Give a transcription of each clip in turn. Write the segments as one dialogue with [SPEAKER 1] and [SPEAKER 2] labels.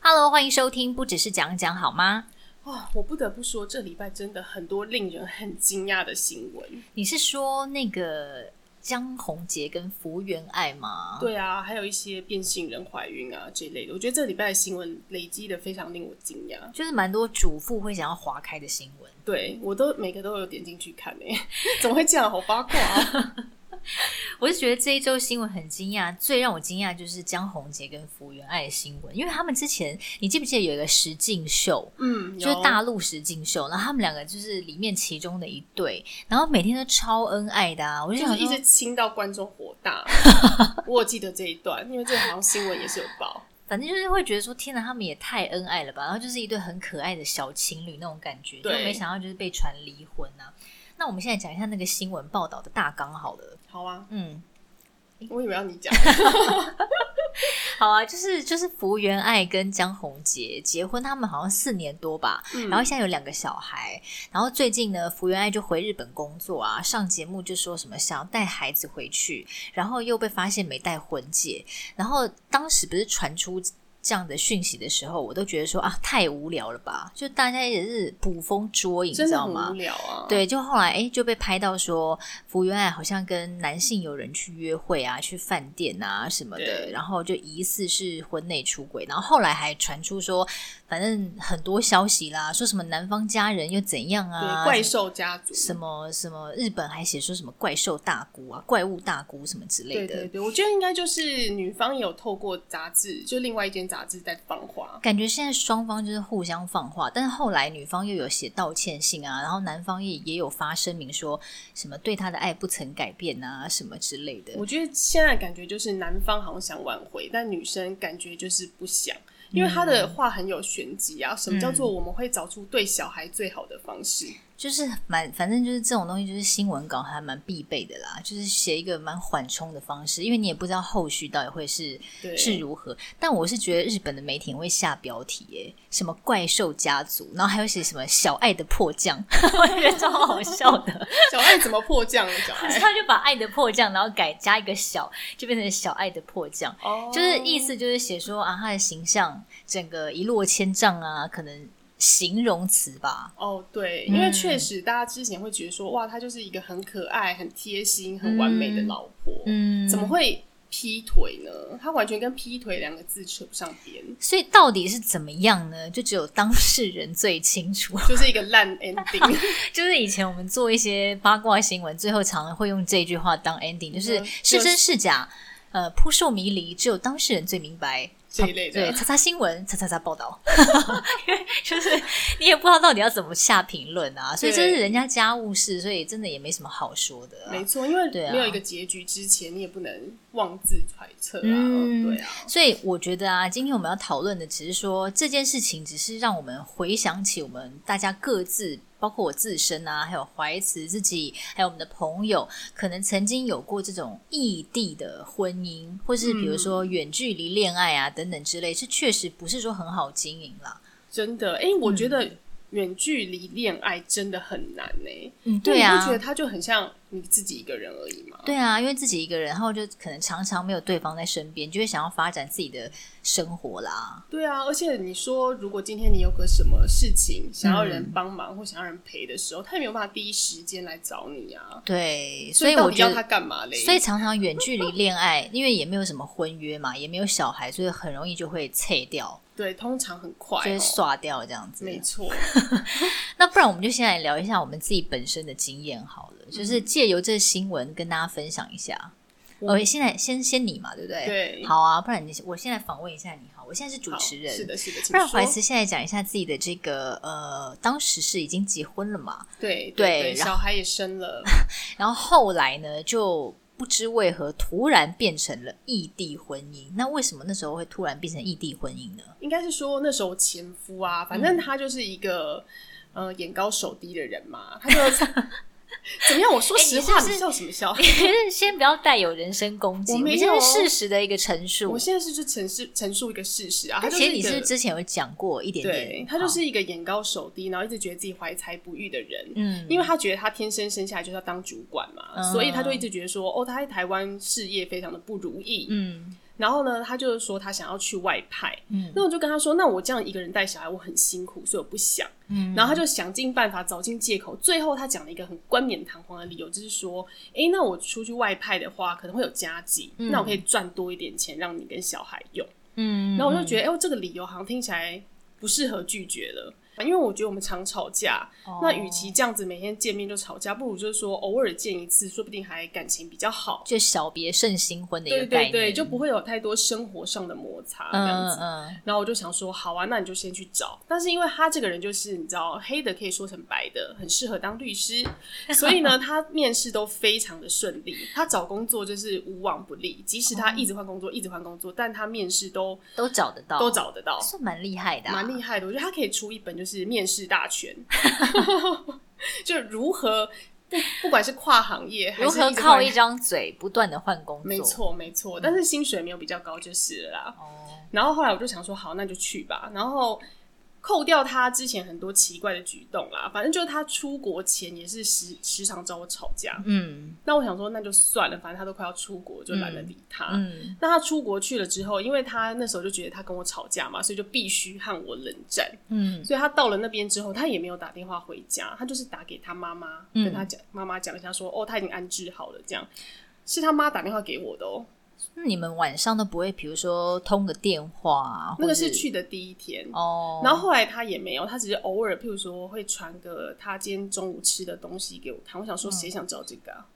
[SPEAKER 1] Hello，欢迎收听，不只是讲讲好吗？
[SPEAKER 2] 哇，我不得不说，这礼拜真的很多令人很惊讶的新闻。
[SPEAKER 1] 你是说那个江宏杰跟福原爱吗？，
[SPEAKER 2] 对啊，还有一些变性人怀孕啊这类的，我觉得这礼拜的新闻累积的非常令我惊讶。
[SPEAKER 1] 就是蛮多主妇会想要划开的新闻。
[SPEAKER 2] 对我都每个都有点进去看呢、欸 怎么会这样？好八卦啊！
[SPEAKER 1] 我是觉得这一周新闻很惊讶，最让我惊讶就是江宏杰跟福原爱的新闻，因为他们之前你记不记得有一个实境秀，
[SPEAKER 2] 嗯，
[SPEAKER 1] 就是
[SPEAKER 2] 有
[SPEAKER 1] 大陆实境秀，然后他们两个就是里面其中的一对，然后每天都超恩爱的啊，我就
[SPEAKER 2] 就
[SPEAKER 1] 想
[SPEAKER 2] 是一
[SPEAKER 1] 说
[SPEAKER 2] 直，亲到观众火 大。我有记得这一段，因为这好像新闻也是有报。
[SPEAKER 1] 反正就是会觉得说，天哪，他们也太恩爱了吧，然后就是一对很可爱的小情侣那种感觉，就
[SPEAKER 2] 对
[SPEAKER 1] 没想到就是被传离婚啊。那我们现在讲一下那个新闻报道的大纲好了，
[SPEAKER 2] 好啊，
[SPEAKER 1] 嗯，
[SPEAKER 2] 我以为要你讲。
[SPEAKER 1] 好啊，就是就是福原爱跟江宏杰结婚，他们好像四年多吧，
[SPEAKER 2] 嗯
[SPEAKER 1] 然后现在有两个小孩，然后最近呢，福原爱就回日本工作啊，上节目就说什么想要带孩子回去，然后又被发现没带婚戒，然后当时不是传出。这样的讯息的时候，我都觉得说啊，太无聊了吧！就大家也是捕风捉影，你
[SPEAKER 2] 真
[SPEAKER 1] 知
[SPEAKER 2] 的
[SPEAKER 1] 道
[SPEAKER 2] 很
[SPEAKER 1] 吗
[SPEAKER 2] 无？聊啊。，
[SPEAKER 1] 对，就后来哎，就被拍到说福原爱好像跟男性友人去约会啊，去饭店啊什么的，
[SPEAKER 2] 对
[SPEAKER 1] 然后就疑似是婚内出轨，然后后来还传出说，反正很多消息啦，说什么男方家人又怎样啊，
[SPEAKER 2] 对，怪兽家族
[SPEAKER 1] 什么什么，日本还写说什么怪兽大姑啊、怪物大姑什么之类
[SPEAKER 2] 对
[SPEAKER 1] 的。
[SPEAKER 2] 对对，我觉得应该就是女方有透过杂志，就另外一间杂志在放话。
[SPEAKER 1] 感觉现在双方就是互相放话，但是后来女方又有写道歉信啊，然后男方也也有发声明说什么对她的爱不曾改变啊，什么之类的。
[SPEAKER 2] 我觉得现在感觉就是男方好像想挽回，但女生感觉就是不想，因为他的
[SPEAKER 1] 嗯
[SPEAKER 2] 话很有玄机啊。什么叫做我们会找出对小孩最好的方式？
[SPEAKER 1] 就是蛮，反正就是这种东西，就是新闻稿还蛮必备的啦，就是写一个蛮缓冲的方式，因为你也不知道后续到底会是
[SPEAKER 2] 对，
[SPEAKER 1] 是如何。但我是觉得日本的媒体很会下标题、耶，什么怪兽家族，然后还有写什么小爱的迫降， 我觉得超好笑的。
[SPEAKER 2] 小爱怎么迫降的小
[SPEAKER 1] 他
[SPEAKER 2] 爱？
[SPEAKER 1] 就把爱的迫降，然后改加一个小，就变成小爱的迫降。
[SPEAKER 2] 哦
[SPEAKER 1] 就是意思就是写说啊，他的形象整个一落千丈啊，可能形容词吧，
[SPEAKER 2] 哦，对，
[SPEAKER 1] 嗯
[SPEAKER 2] 因为确实大家之前会觉得说，哇，她就是一个很可爱、很贴心、很完美的老婆，
[SPEAKER 1] 嗯，
[SPEAKER 2] 怎么会劈腿呢？她完全跟劈腿两个字扯不上边。
[SPEAKER 1] 所以到底是怎么样呢？就只有当事人最清楚。
[SPEAKER 2] 就是一个烂 ending，
[SPEAKER 1] 就是以前我们做一些八卦新闻，最后常常会用这句话当 ending，就是
[SPEAKER 2] 嗯
[SPEAKER 1] 是真是假，呃，扑朔迷离，只有当事人最明白。
[SPEAKER 2] 这一类
[SPEAKER 1] 对，
[SPEAKER 2] 的。
[SPEAKER 1] 查查新闻，查查查报道， 因为就是你也不知道到底要怎么下评论啊，所以这
[SPEAKER 2] 对
[SPEAKER 1] 是人家家务事，所以真的也没什么好说的、啊。
[SPEAKER 2] 没错，因为
[SPEAKER 1] 对啊
[SPEAKER 2] 没有一个结局之前，你也不能妄自揣测啊。
[SPEAKER 1] 嗯
[SPEAKER 2] 对啊，
[SPEAKER 1] 所以我觉得啊，今天我们要讨论的只是说这件事情，只是让我们回想起我们大家各自，包括我自身啊，还有怀慈自己，还有我们的朋友，可能曾经有过这种异地的婚姻，或是比如说
[SPEAKER 2] 嗯
[SPEAKER 1] 远距离恋爱啊、等等之类，是确实不是说很好经营啦。
[SPEAKER 2] 真的，哎、
[SPEAKER 1] 嗯
[SPEAKER 2] 我觉得远距离恋爱真的很难呢、
[SPEAKER 1] 嗯，
[SPEAKER 2] 因为
[SPEAKER 1] 对
[SPEAKER 2] 你不觉得
[SPEAKER 1] 啊。
[SPEAKER 2] 他就很像你自己一个人而已吗？
[SPEAKER 1] 对啊，因为自己一个人，然后就可能常常没有对方在身边，就会想要发展自己的生活啦。
[SPEAKER 2] 对啊，而且你说，如果今天你有个什么事情想要人帮忙或想要人陪的时候，他也没有办法第一时间来找你啊。
[SPEAKER 1] 对，所
[SPEAKER 2] 所
[SPEAKER 1] 以
[SPEAKER 2] 到
[SPEAKER 1] 我
[SPEAKER 2] 底
[SPEAKER 1] 觉
[SPEAKER 2] 要
[SPEAKER 1] 得
[SPEAKER 2] 他干嘛嘞？
[SPEAKER 1] 所以常常远距离恋爱，因为也没有什么婚约嘛，也没有小孩，所以很容易就会碎掉，
[SPEAKER 2] 对，通常很快、
[SPEAKER 1] 就
[SPEAKER 2] 哦
[SPEAKER 1] 是，刷掉这样子。
[SPEAKER 2] 没错。
[SPEAKER 1] 那不然我们就先来聊一下我们自己本身的经验好了，就是借由这新闻跟大家分享一下。
[SPEAKER 2] 嗯我
[SPEAKER 1] 哦，现在先先你嘛，对不对？
[SPEAKER 2] 对
[SPEAKER 1] 好啊，不然你我现在访问一下你好，我现在是主
[SPEAKER 2] 好
[SPEAKER 1] 持人，
[SPEAKER 2] 是的，是的，请
[SPEAKER 1] 不然
[SPEAKER 2] 说
[SPEAKER 1] 怀慈现在讲一下自己的这个呃，当时是已经结婚了嘛，
[SPEAKER 2] 对
[SPEAKER 1] 对
[SPEAKER 2] 对，
[SPEAKER 1] 然后
[SPEAKER 2] 小孩也 生了，
[SPEAKER 1] 然后后来呢就。不知为何突然变成了异地婚姻，那为什么那时候会突然变成异地婚姻呢？
[SPEAKER 2] 应该是说那时候前夫啊，反
[SPEAKER 1] 嗯
[SPEAKER 2] 正他就是一个、呃眼高手低的人嘛， 他就怎么样？我说
[SPEAKER 1] 哎
[SPEAKER 2] 实话，
[SPEAKER 1] 你是不是哎
[SPEAKER 2] 笑什么笑？
[SPEAKER 1] 先不要带有人身攻击，
[SPEAKER 2] 我
[SPEAKER 1] 我
[SPEAKER 2] 没
[SPEAKER 1] 们
[SPEAKER 2] 有
[SPEAKER 1] 现在是事实的一个陈述
[SPEAKER 2] 我。现在是就陈述陈述一个事实啊，他
[SPEAKER 1] 但
[SPEAKER 2] 就
[SPEAKER 1] 其实
[SPEAKER 2] 一
[SPEAKER 1] 你
[SPEAKER 2] 个
[SPEAKER 1] 是不是之前有讲过一点
[SPEAKER 2] 对
[SPEAKER 1] 点，啊
[SPEAKER 2] 他就是
[SPEAKER 1] 好
[SPEAKER 2] 一个眼高手低，然后一直觉得自己怀才不遇的人。
[SPEAKER 1] 嗯，
[SPEAKER 2] 因为他觉得他天生生下来就是要当主管嘛，
[SPEAKER 1] 嗯
[SPEAKER 2] 所以他就一直觉得说，哦，他在台湾事业非常的不如意，
[SPEAKER 1] 嗯
[SPEAKER 2] 然后呢，他就是说他想要去外派，
[SPEAKER 1] 嗯
[SPEAKER 2] 那我就跟他说，那我这样一个人带小孩，我很辛苦，所以我不想。
[SPEAKER 1] 嗯
[SPEAKER 2] 然后他就想尽办法，找尽借口。最后他讲了一个很冠冕堂皇的理由，就是说，诶，那我出去外派的话，可能会有加急，
[SPEAKER 1] 嗯
[SPEAKER 2] 那我可以赚多一点钱，让你跟小孩用。
[SPEAKER 1] 嗯，
[SPEAKER 2] 然后我就觉得，哎、这个理由好像听起来不适合拒绝了。因为我觉得我们常吵架，
[SPEAKER 1] 哦
[SPEAKER 2] 那与其这样子每天见面就吵架，不如就是说偶尔见一次，说不定还感情比较好。
[SPEAKER 1] 就小别胜新婚的一
[SPEAKER 2] 对
[SPEAKER 1] 个概
[SPEAKER 2] 对
[SPEAKER 1] 念，
[SPEAKER 2] 对，就不会有太多生活上的摩擦这样
[SPEAKER 1] 嗯
[SPEAKER 2] 子。
[SPEAKER 1] 嗯
[SPEAKER 2] 然后我就想说，好啊，那你就先去找。但是因为他这个人就是你知道，黑的可以说成白的，很适合当 律师，所以呢，他面试都非常的顺利，他找工作就是无往不利。即使
[SPEAKER 1] 哦
[SPEAKER 2] 他一直换工作，一直换工作，但他面试都
[SPEAKER 1] 都找得到，
[SPEAKER 2] 都找得到，
[SPEAKER 1] 算蛮厉害的、啊，
[SPEAKER 2] 蛮厉害的。我觉得他可以出一本就是面试 大全，就如何不不管是跨行业，还
[SPEAKER 1] 如
[SPEAKER 2] 是
[SPEAKER 1] 何
[SPEAKER 2] 一直
[SPEAKER 1] 靠
[SPEAKER 2] 换
[SPEAKER 1] 一张嘴不断的换工作？
[SPEAKER 2] 没，错没错，但是薪水没有比较高就是了啦。
[SPEAKER 1] 哦，
[SPEAKER 2] 然后后来我就想说，好，那就去吧。然后扣掉他之前很多奇怪的举动啦，反正就是他出国前也是时时常找我吵架。
[SPEAKER 1] 嗯
[SPEAKER 2] 那我想说，那就算了，反正他都快要出国，就懒得理他。
[SPEAKER 1] 嗯
[SPEAKER 2] 那他出国去了之后，因为他那时候就觉得他跟我吵架嘛，所以就必须和我冷战。
[SPEAKER 1] 嗯，
[SPEAKER 2] 所以他到了那边之后，他也没有打电话回家，他就是打给他妈妈，
[SPEAKER 1] 嗯
[SPEAKER 2] 跟他讲妈妈讲一下说，哦，他已经安置好了，这样是他妈打电话给我的哦。
[SPEAKER 1] 那你们晚上都不会，比如说通个电话啊，
[SPEAKER 2] 那个
[SPEAKER 1] 或是
[SPEAKER 2] 是去的第一天
[SPEAKER 1] 哦，
[SPEAKER 2] 然后后来他也没有，他只是偶尔，譬如说会传个他今天中午吃的东西给我看。我想
[SPEAKER 1] 嗯
[SPEAKER 2] 说，谁想知道这 个、啊？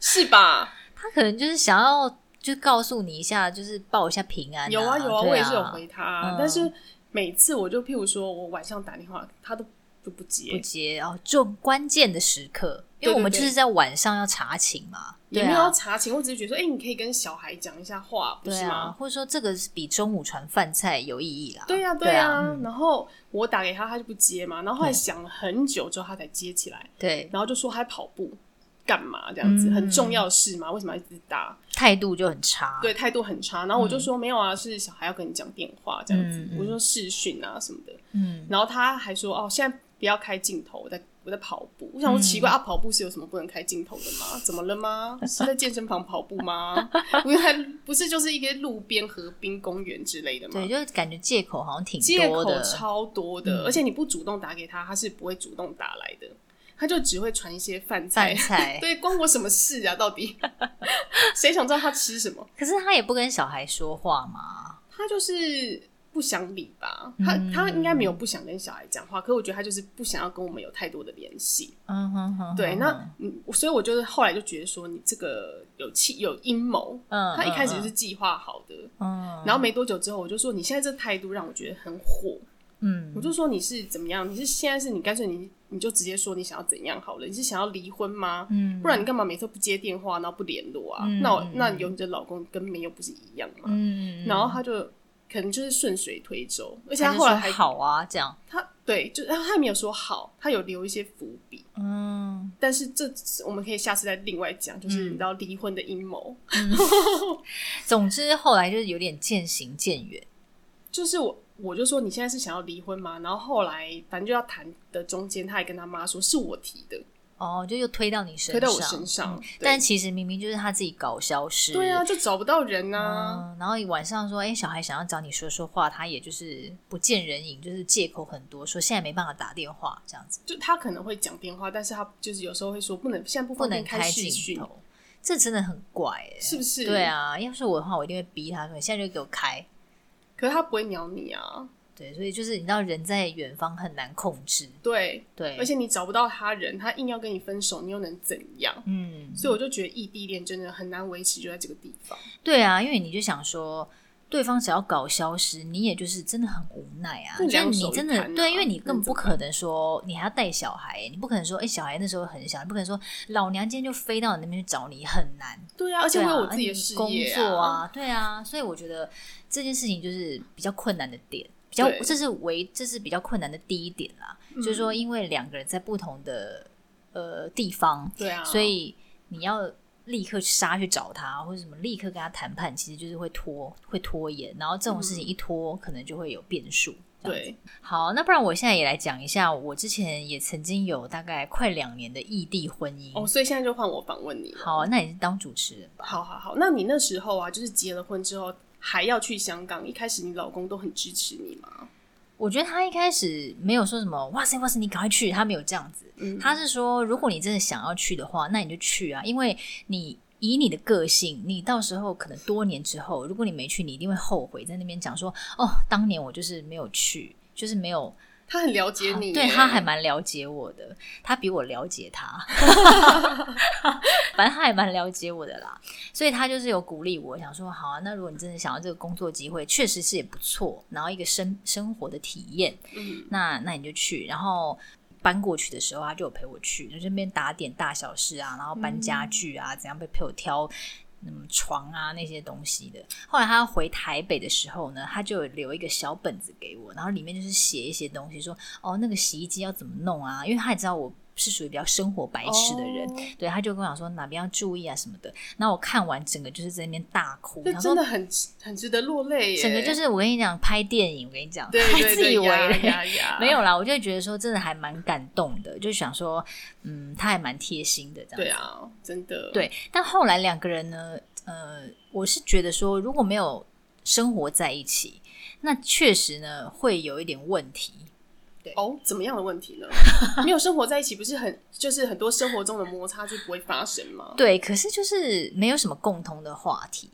[SPEAKER 2] 是吧？
[SPEAKER 1] 他可能就是想要就告诉你一下，就是报一下平安、
[SPEAKER 2] 有
[SPEAKER 1] 啊
[SPEAKER 2] 啊有啊，
[SPEAKER 1] 对
[SPEAKER 2] 我也是有回他、
[SPEAKER 1] 嗯
[SPEAKER 2] 但是每次我就譬如说我晚上打电话，他都都不接，
[SPEAKER 1] 不接，然后这种关键的时刻，因
[SPEAKER 2] 对
[SPEAKER 1] 为
[SPEAKER 2] 对
[SPEAKER 1] 我们就
[SPEAKER 2] 对
[SPEAKER 1] 是在晚上要查寝嘛，
[SPEAKER 2] 也
[SPEAKER 1] 对
[SPEAKER 2] 没有要
[SPEAKER 1] 啊。
[SPEAKER 2] 查情，我只是觉得说，哎、你可以跟小孩讲一下话，不
[SPEAKER 1] 对
[SPEAKER 2] 是
[SPEAKER 1] 啊
[SPEAKER 2] 吗，？
[SPEAKER 1] 或者说这个是比中午传饭菜有意义啦。
[SPEAKER 2] 对呀、
[SPEAKER 1] 对
[SPEAKER 2] 对呀、
[SPEAKER 1] 嗯
[SPEAKER 2] 然后我打给他，他就不接嘛。然后后来想了很久之后，他才接起来，
[SPEAKER 1] 对，
[SPEAKER 2] 然后就说他在跑步，干嘛这样子？
[SPEAKER 1] 嗯
[SPEAKER 2] 很重要的事吗？为什么要一直打？
[SPEAKER 1] 态度就很差。
[SPEAKER 2] 对，态度很差。然后我就说、没有啊，是小孩要跟你讲电话这样子，
[SPEAKER 1] 嗯嗯嗯
[SPEAKER 2] 我就说视讯啊什么的。
[SPEAKER 1] 嗯，
[SPEAKER 2] 然后他还说哦，现在不要开镜头，我在我在跑步。我想
[SPEAKER 1] 嗯
[SPEAKER 2] 说奇怪、啊，跑步是有什么不能开镜头的吗？怎么了吗？是在健身房跑步吗？不是还不是就是一个路边、河滨、公园之类的吗？
[SPEAKER 1] 对，就是感觉借口好像挺
[SPEAKER 2] 嗯借
[SPEAKER 1] 多
[SPEAKER 2] 口
[SPEAKER 1] 的。嗯
[SPEAKER 2] 超多的，而且你不主动打给他，他是不会主动打来的，他就只会传一些饭菜。
[SPEAKER 1] 饭菜，
[SPEAKER 2] 对，关我什么事啊？到底 谁想知道他吃什么？
[SPEAKER 1] 可是他也不跟小孩说话嘛。
[SPEAKER 2] 他就是不想理吧，他
[SPEAKER 1] 嗯
[SPEAKER 2] 他应该没有不想跟小孩讲话，可我觉得他就是不想要跟我们有太多的联系。
[SPEAKER 1] 嗯哼哼哼
[SPEAKER 2] 对，
[SPEAKER 1] 哼
[SPEAKER 2] 那嗯，所以我就是后来就觉得说，你这个有气有阴谋。
[SPEAKER 1] 嗯，
[SPEAKER 2] 他一开始
[SPEAKER 1] 嗯
[SPEAKER 2] 是计划好的，
[SPEAKER 1] 嗯
[SPEAKER 2] 然后没多久之后，我就说你现在这态度让我觉得很火。
[SPEAKER 1] 嗯
[SPEAKER 2] 我就说你是怎么样？你是现在是你干脆你你就直接说你想要怎样好了？你是想要离婚吗？
[SPEAKER 1] 嗯
[SPEAKER 2] 不然你干嘛每次都不接电话，然后不联络啊？
[SPEAKER 1] 嗯
[SPEAKER 2] 那我
[SPEAKER 1] 嗯
[SPEAKER 2] 那有你的老公跟没有不是一样吗？
[SPEAKER 1] 嗯，
[SPEAKER 2] 然后他就可能就是顺水推舟，而且
[SPEAKER 1] 他
[SPEAKER 2] 他
[SPEAKER 1] 就
[SPEAKER 2] 后来
[SPEAKER 1] 说
[SPEAKER 2] 还
[SPEAKER 1] 好啊，这样
[SPEAKER 2] 他对，就是他没有说好，他有留一些伏笔，
[SPEAKER 1] 嗯，
[SPEAKER 2] 但是这我们可以下次再另外讲，就是你知道离婚的阴谋，
[SPEAKER 1] 总之后来就是有点渐行渐远。
[SPEAKER 2] 就是我。我就说你现在是想要离婚吗？然后后来反正就要谈的中间，他还跟他妈说是我提的，
[SPEAKER 1] 哦，就又推到你身
[SPEAKER 2] 推
[SPEAKER 1] 上，
[SPEAKER 2] 到我身上。对
[SPEAKER 1] 嗯但其实明明就是他自己搞消失。嗯
[SPEAKER 2] 对啊，就找不到人啊。
[SPEAKER 1] 嗯，然后晚上说，哎、小孩想要找你说说话，他也就是不见人影，就是借口很多，说现在没办法打电话这样子，
[SPEAKER 2] 就他可能会讲电话，但是他就是有时候会说不能，现在不
[SPEAKER 1] 不
[SPEAKER 2] 方
[SPEAKER 1] 能
[SPEAKER 2] 便
[SPEAKER 1] 开
[SPEAKER 2] 视
[SPEAKER 1] 镜
[SPEAKER 2] 讯，
[SPEAKER 1] 头，这真的很怪哎、
[SPEAKER 2] 是不是？
[SPEAKER 1] 对。啊，要是我的话，我一定会逼他说，你现在就给我开。
[SPEAKER 2] 可是他不会鸟你啊，
[SPEAKER 1] 对，所以就是你知道人在远方很难控制，
[SPEAKER 2] 对。
[SPEAKER 1] 对，
[SPEAKER 2] 而且你找不到他人，他硬要跟你分手，你又能怎样？
[SPEAKER 1] 嗯，
[SPEAKER 2] 所以我就觉得异地恋真的很难维持，就在这个地方。
[SPEAKER 1] 对啊，因为你就想说，对方只要搞消失，你也就是真的很无奈啊。
[SPEAKER 2] 不
[SPEAKER 1] 就是
[SPEAKER 2] 两
[SPEAKER 1] 你
[SPEAKER 2] 手一
[SPEAKER 1] 真的、
[SPEAKER 2] 摊啊
[SPEAKER 1] 对，因为你根本
[SPEAKER 2] 那
[SPEAKER 1] 不
[SPEAKER 2] 怎么
[SPEAKER 1] 可能说你还要带小孩，你不可能说哎、小孩那时候很小，你不可能说老娘今天就飞到你那边去找你，很难。
[SPEAKER 2] 对啊，而
[SPEAKER 1] 而
[SPEAKER 2] 且我有我自己的事
[SPEAKER 1] 工
[SPEAKER 2] 业
[SPEAKER 1] 作，啊，对啊，所以我觉得这件事情就是比较困难的点，比较
[SPEAKER 2] 对嗯
[SPEAKER 1] 这是唯这是比较困难的第一点啦，就是说因为两个人在不同的呃地方，
[SPEAKER 2] 对啊，
[SPEAKER 1] 所以你要立刻杀去找他，或者什么立刻跟他谈判，其实就是会拖会拖延，然后这种事情一拖，可能就会有变数。这样子
[SPEAKER 2] 对，
[SPEAKER 1] 好，那不然我现在也来讲一下，我之前也曾经有大概快两年的异地婚姻。
[SPEAKER 2] 哦，所以现在就换我访问你了。
[SPEAKER 1] 好，那你是当主持人吧？
[SPEAKER 2] 好好好，那你那时候啊，就是结了婚之后还要去香港，一开始你老公都很支持你吗？
[SPEAKER 1] 我觉得他一开始没有说什么“哇塞哇塞，你赶快去”，他没有这样子。
[SPEAKER 2] 嗯
[SPEAKER 1] 他是说，如果你真的想要去的话，那你就去啊，因为你以你的个性，你到时候可能多年之后，如果你没去，你一定会后悔，在那边讲说：“哦，当年我就是没有去，就是没有。
[SPEAKER 2] 他很了解你耶，
[SPEAKER 1] 对他还蛮了解我的，他比我了解他， 反正他还蛮了解我的啦，所以他就是有鼓励我，想说好啊，那如果你真的想要这个工作机会，确实是也不错，然后一个生生活的体验，
[SPEAKER 2] 嗯，
[SPEAKER 1] 那那你就去，然后。搬过去的时候，他就有陪我去，就这边打点大小事啊，然后搬家
[SPEAKER 2] 嗯
[SPEAKER 1] 具啊，怎样被陪我挑嗯床啊那些东西的。后来他回台北的时候呢，他就有留一个小本子给我，然后里面就是写一些东西说，哦那个洗衣机要怎么弄啊，因为他也知道我是属于比较生活白痴的人，
[SPEAKER 2] 哦
[SPEAKER 1] 对，他就跟我讲说哪边要注意啊什么的。那我看完整个就是在那边大哭，
[SPEAKER 2] 这
[SPEAKER 1] 他说
[SPEAKER 2] 真的很很值得落泪耶，
[SPEAKER 1] 整个就是我跟你讲拍电影，我跟你讲
[SPEAKER 2] 对
[SPEAKER 1] 太
[SPEAKER 2] 对
[SPEAKER 1] 自
[SPEAKER 2] 对
[SPEAKER 1] 以为
[SPEAKER 2] 呀
[SPEAKER 1] 了，
[SPEAKER 2] 呀呀
[SPEAKER 1] 没有啦，我就觉得说真的还蛮感动的，就想说，嗯，他还蛮贴心的这样。
[SPEAKER 2] 对，啊，真的，
[SPEAKER 1] 对。但后来两个人呢，呃，我是觉得说如果没有生活在一起，那确实呢会有一点问题。
[SPEAKER 2] 哦，怎么样的问题 呢？没有生活在一起，不是很就是很多生活中的摩擦就不会发生吗？
[SPEAKER 1] 对，可是就是没有什么共同的话题。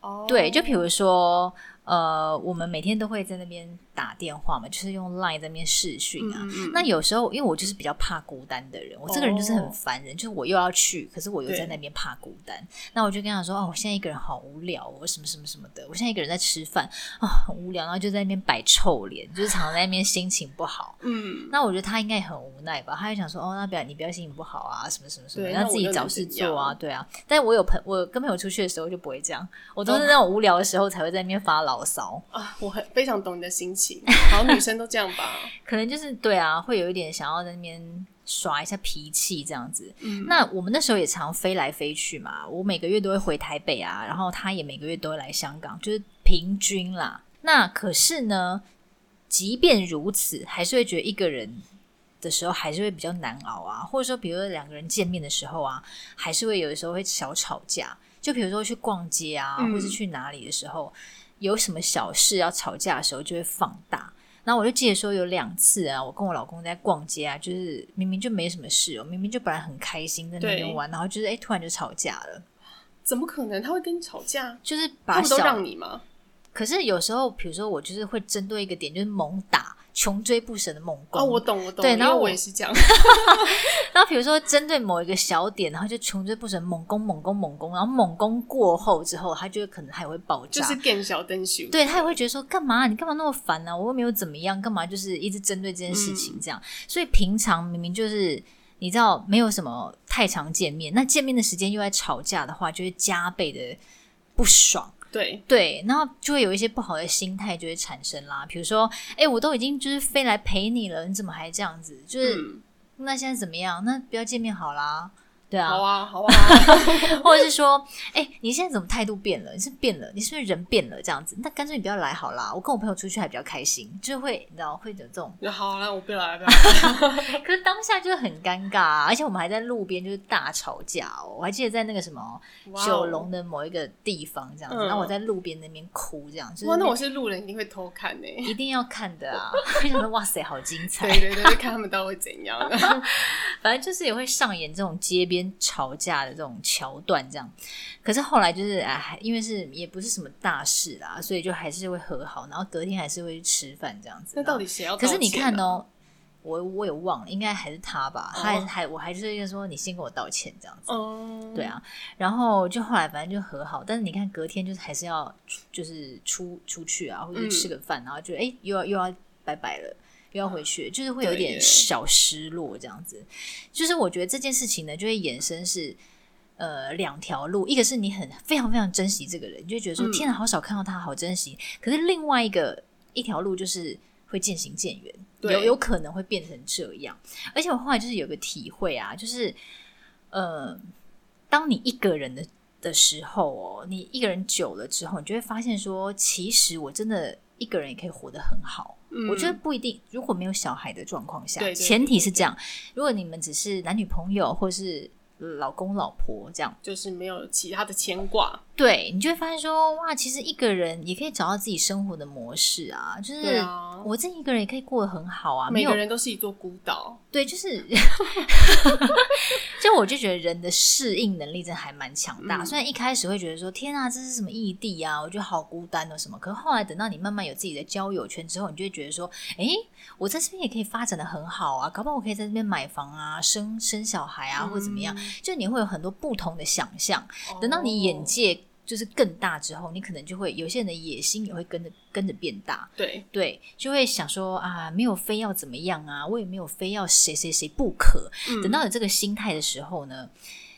[SPEAKER 2] 哦，
[SPEAKER 1] 对，就比如说，呃，我们每天都会在那边打电话嘛，就是用 Line 在那边视讯啊。
[SPEAKER 2] 嗯嗯嗯
[SPEAKER 1] 那有时候，因为我就是比较怕孤单的人，我这个人就是很烦人，就是我又要去，可是我又在
[SPEAKER 2] 哦对
[SPEAKER 1] 那边怕孤单。那我就跟他说，哦，我现在一个人好无聊哦，我什么什么什么的，我现在一个人在吃饭啊、很无聊，然后就在那边摆臭脸，就是常常在那边心情不好。
[SPEAKER 2] 嗯，
[SPEAKER 1] 那我觉得他应该也很无奈吧，他就想说，哦，那不要你不要心情不好啊，什么什么什么，
[SPEAKER 2] 对
[SPEAKER 1] 然
[SPEAKER 2] 那
[SPEAKER 1] 后
[SPEAKER 2] 我
[SPEAKER 1] 自己
[SPEAKER 2] 又
[SPEAKER 1] 找
[SPEAKER 2] 能
[SPEAKER 1] 事
[SPEAKER 2] 怎
[SPEAKER 1] 做啊，
[SPEAKER 2] 样
[SPEAKER 1] 对啊。但我有朋，我跟朋友出去的时候就不会这样，我
[SPEAKER 2] 哦
[SPEAKER 1] 都是那种无聊的时候才会在那边发牢骚，
[SPEAKER 2] 啊，我很非常懂你的心情，好，女生都这样吧，
[SPEAKER 1] 可能就是对啊，会有一点想要在那边耍一下脾气这样子。
[SPEAKER 2] 嗯
[SPEAKER 1] 那我们那时候也常飞来飞去嘛，我每个月都会回台北啊，然后他也每个月都会来香港，就是平均啦。那可是呢，即便如此，还是会觉得一个人的时候还是会比较难熬啊，或者说，比如说两个人见面的时候啊，还是会有的时候会小吵架。就比如说去逛街啊，
[SPEAKER 2] 嗯
[SPEAKER 1] 或是去哪里的时候，有什么小事要吵架的时候，就会放大。然后我就记得说有两次啊，我跟我老公在逛街啊，就是明明就没什么事哦，明明就本来很开心在那边
[SPEAKER 2] 对
[SPEAKER 1] 玩，然后就是哎突然就吵架了，
[SPEAKER 2] 怎么可能他会跟你吵架？
[SPEAKER 1] 就是把
[SPEAKER 2] 他不
[SPEAKER 1] 小
[SPEAKER 2] 都让你吗？
[SPEAKER 1] 可是有时候，比如说我就是会针对一个点，就是猛打，穷追不舍的猛攻。
[SPEAKER 2] 哦，我懂，我懂，
[SPEAKER 1] 对
[SPEAKER 2] 因
[SPEAKER 1] 然后
[SPEAKER 2] 为
[SPEAKER 1] 我
[SPEAKER 2] 我也是 这样，
[SPEAKER 1] 然后比如说针对某一个小点，然后就穷追不舍，猛攻、猛攻、猛攻，然后猛攻过后之后，他就可能还会爆炸。
[SPEAKER 2] 就是更小灯熊，
[SPEAKER 1] 对他也会觉得说，干嘛你干嘛那么烦啊呢、我又没有怎么样，干嘛就是一直针对这件事情这样？所以平常明明就是你知道没有什么太常见面，那见面的时间又在吵架的话，就会加倍的不爽。
[SPEAKER 2] 对
[SPEAKER 1] 对，然后就会有一些不好的心态就会产生啦。比如说，哎，我都已经就是飞来陪你了，你怎么还这样子？就是、
[SPEAKER 2] 嗯，
[SPEAKER 1] 那现在怎么样？那不要见面好啦。对
[SPEAKER 2] 好
[SPEAKER 1] 啊，
[SPEAKER 2] 啊，好啊，
[SPEAKER 1] 或者是说，哎、你现在怎么态度变了？你是变了？你是不是人变了？这样子，那干脆你不要来好啦。我跟我朋友出去还比较开心，就是会，你知道，会有这种。
[SPEAKER 2] 就好了，我不要来，不要来，
[SPEAKER 1] 哎可是当下就是很尴尬、啊，而且我们还在路边就是大吵架哦。我还记得在那个什么
[SPEAKER 2] 哇哦
[SPEAKER 1] 九龙的某一个地方这样子，
[SPEAKER 2] 嗯
[SPEAKER 1] 然后我在路边那边哭这样，就是
[SPEAKER 2] 哇，那
[SPEAKER 1] 边
[SPEAKER 2] 我是路人，一定会偷看呢、
[SPEAKER 1] 一定要看的啊！ 就想说哇塞，好精彩！
[SPEAKER 2] 对对对，就看他们到底会怎 样。
[SPEAKER 1] 反正就是也会上演这种街边吵架的这种桥段，这样。可是后来就是哎，因为是也不是什么大事啦，所以就还是会和好，然后隔天还是会去吃饭这样子。
[SPEAKER 2] 那到底谁要、啊
[SPEAKER 1] 可是你看
[SPEAKER 2] 呢？
[SPEAKER 1] 哦，我我也忘了，应该还是他吧？他还
[SPEAKER 2] 哦
[SPEAKER 1] 还我还是会说你先跟我道歉这样子。
[SPEAKER 2] 嗯，
[SPEAKER 1] 对，啊，然后就后来反正就和好，但是你看隔天就是还是要出就是出出去啊，或者是
[SPEAKER 2] 嗯
[SPEAKER 1] 吃个饭，然后就哎、又要又要拜拜了，又要回去，就是会有一
[SPEAKER 2] 对
[SPEAKER 1] 点
[SPEAKER 2] 耶
[SPEAKER 1] 小失落这样子。就是我觉得这件事情呢，就会衍生是。呃，两条路，一个是你很非常非常珍惜这个人，你就会觉得说、
[SPEAKER 2] 嗯
[SPEAKER 1] 天哪，好少看到他，好珍惜。可是另外一个一条路就是会渐行渐远，
[SPEAKER 2] 对
[SPEAKER 1] 有有可能会变成这样。而且我后来就是有个体会啊，就是呃，当你一个人的的时候哦，你一个人久了之后，你就会发现说，其实我真的一个人也可以活得很好。
[SPEAKER 2] 嗯
[SPEAKER 1] 我觉得不一定，如果没有小孩的状况下，
[SPEAKER 2] 对对对
[SPEAKER 1] 前提是这样。如果你们只是男女朋友或是老公老婆这样，
[SPEAKER 2] 就是没有其他的牵挂，
[SPEAKER 1] 对你就会发现说，哇，其实一个人也可以找到自己生活的模式啊，就
[SPEAKER 2] 对
[SPEAKER 1] 是。
[SPEAKER 2] 啊，
[SPEAKER 1] 我自己一个人也可以过得很好啊，没
[SPEAKER 2] 每
[SPEAKER 1] 有
[SPEAKER 2] 个人都是一座孤岛，
[SPEAKER 1] 对，就是 就我就觉得人的适应能力真的还蛮强大。
[SPEAKER 2] 嗯
[SPEAKER 1] 虽然一开始会觉得说天啊，这是什么异地啊，我觉得好孤单哦什么，可是后来等到你慢慢有自己的交友圈之后，你就会觉得说，诶，我在这边也可以发展的很好啊，搞不好我可以在这边买房啊、生生小孩啊，或者怎么样，
[SPEAKER 2] 嗯
[SPEAKER 1] 就你会有很多不同的想象。
[SPEAKER 2] 哦
[SPEAKER 1] 等到你眼界就是更大之后，你可能就会有些人的野心也会跟着跟着变大。
[SPEAKER 2] 哦对
[SPEAKER 1] 对，就会想说啊，没有非要怎么样啊，我也没有非要谁谁谁不可。
[SPEAKER 2] 嗯
[SPEAKER 1] 等到有这个心态的时候呢，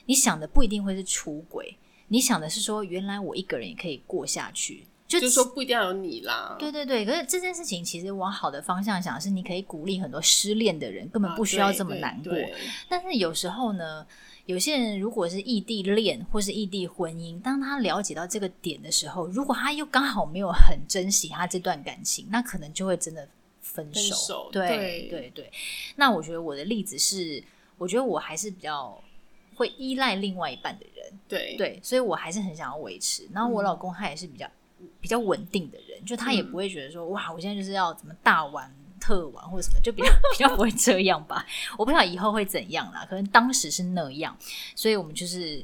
[SPEAKER 1] 你想的不一定会是出轨，你想的是说，原来我一个人也可以过下去。就
[SPEAKER 2] 就是说不一定要有你啦，
[SPEAKER 1] 对对对，可是这件事情其实往好的方向想，是你可以鼓励很多失恋的人，根本
[SPEAKER 2] 啊
[SPEAKER 1] 不需要这么难过。
[SPEAKER 2] 对对对
[SPEAKER 1] 但是有时候呢，有些人如果是异地恋或是异地婚姻，当他了解到这个点的时候，如果他又刚好没有很珍惜他这段感情，那可能就会真的分手。
[SPEAKER 2] 分手
[SPEAKER 1] 对
[SPEAKER 2] 对
[SPEAKER 1] 对对。那我觉得我的例子是，我觉得我还是比较会依赖另外一半的人，
[SPEAKER 2] 对嗯
[SPEAKER 1] 对，所以我还是很想要维持。然后我老公他也是比较、比较稳定的人，就他也不会觉得说、哇，我现在就是要怎么大玩特玩或者什么，就比较比较不会这样吧。我不知道以后会怎样啦，可能当时是那样，所以我们就是。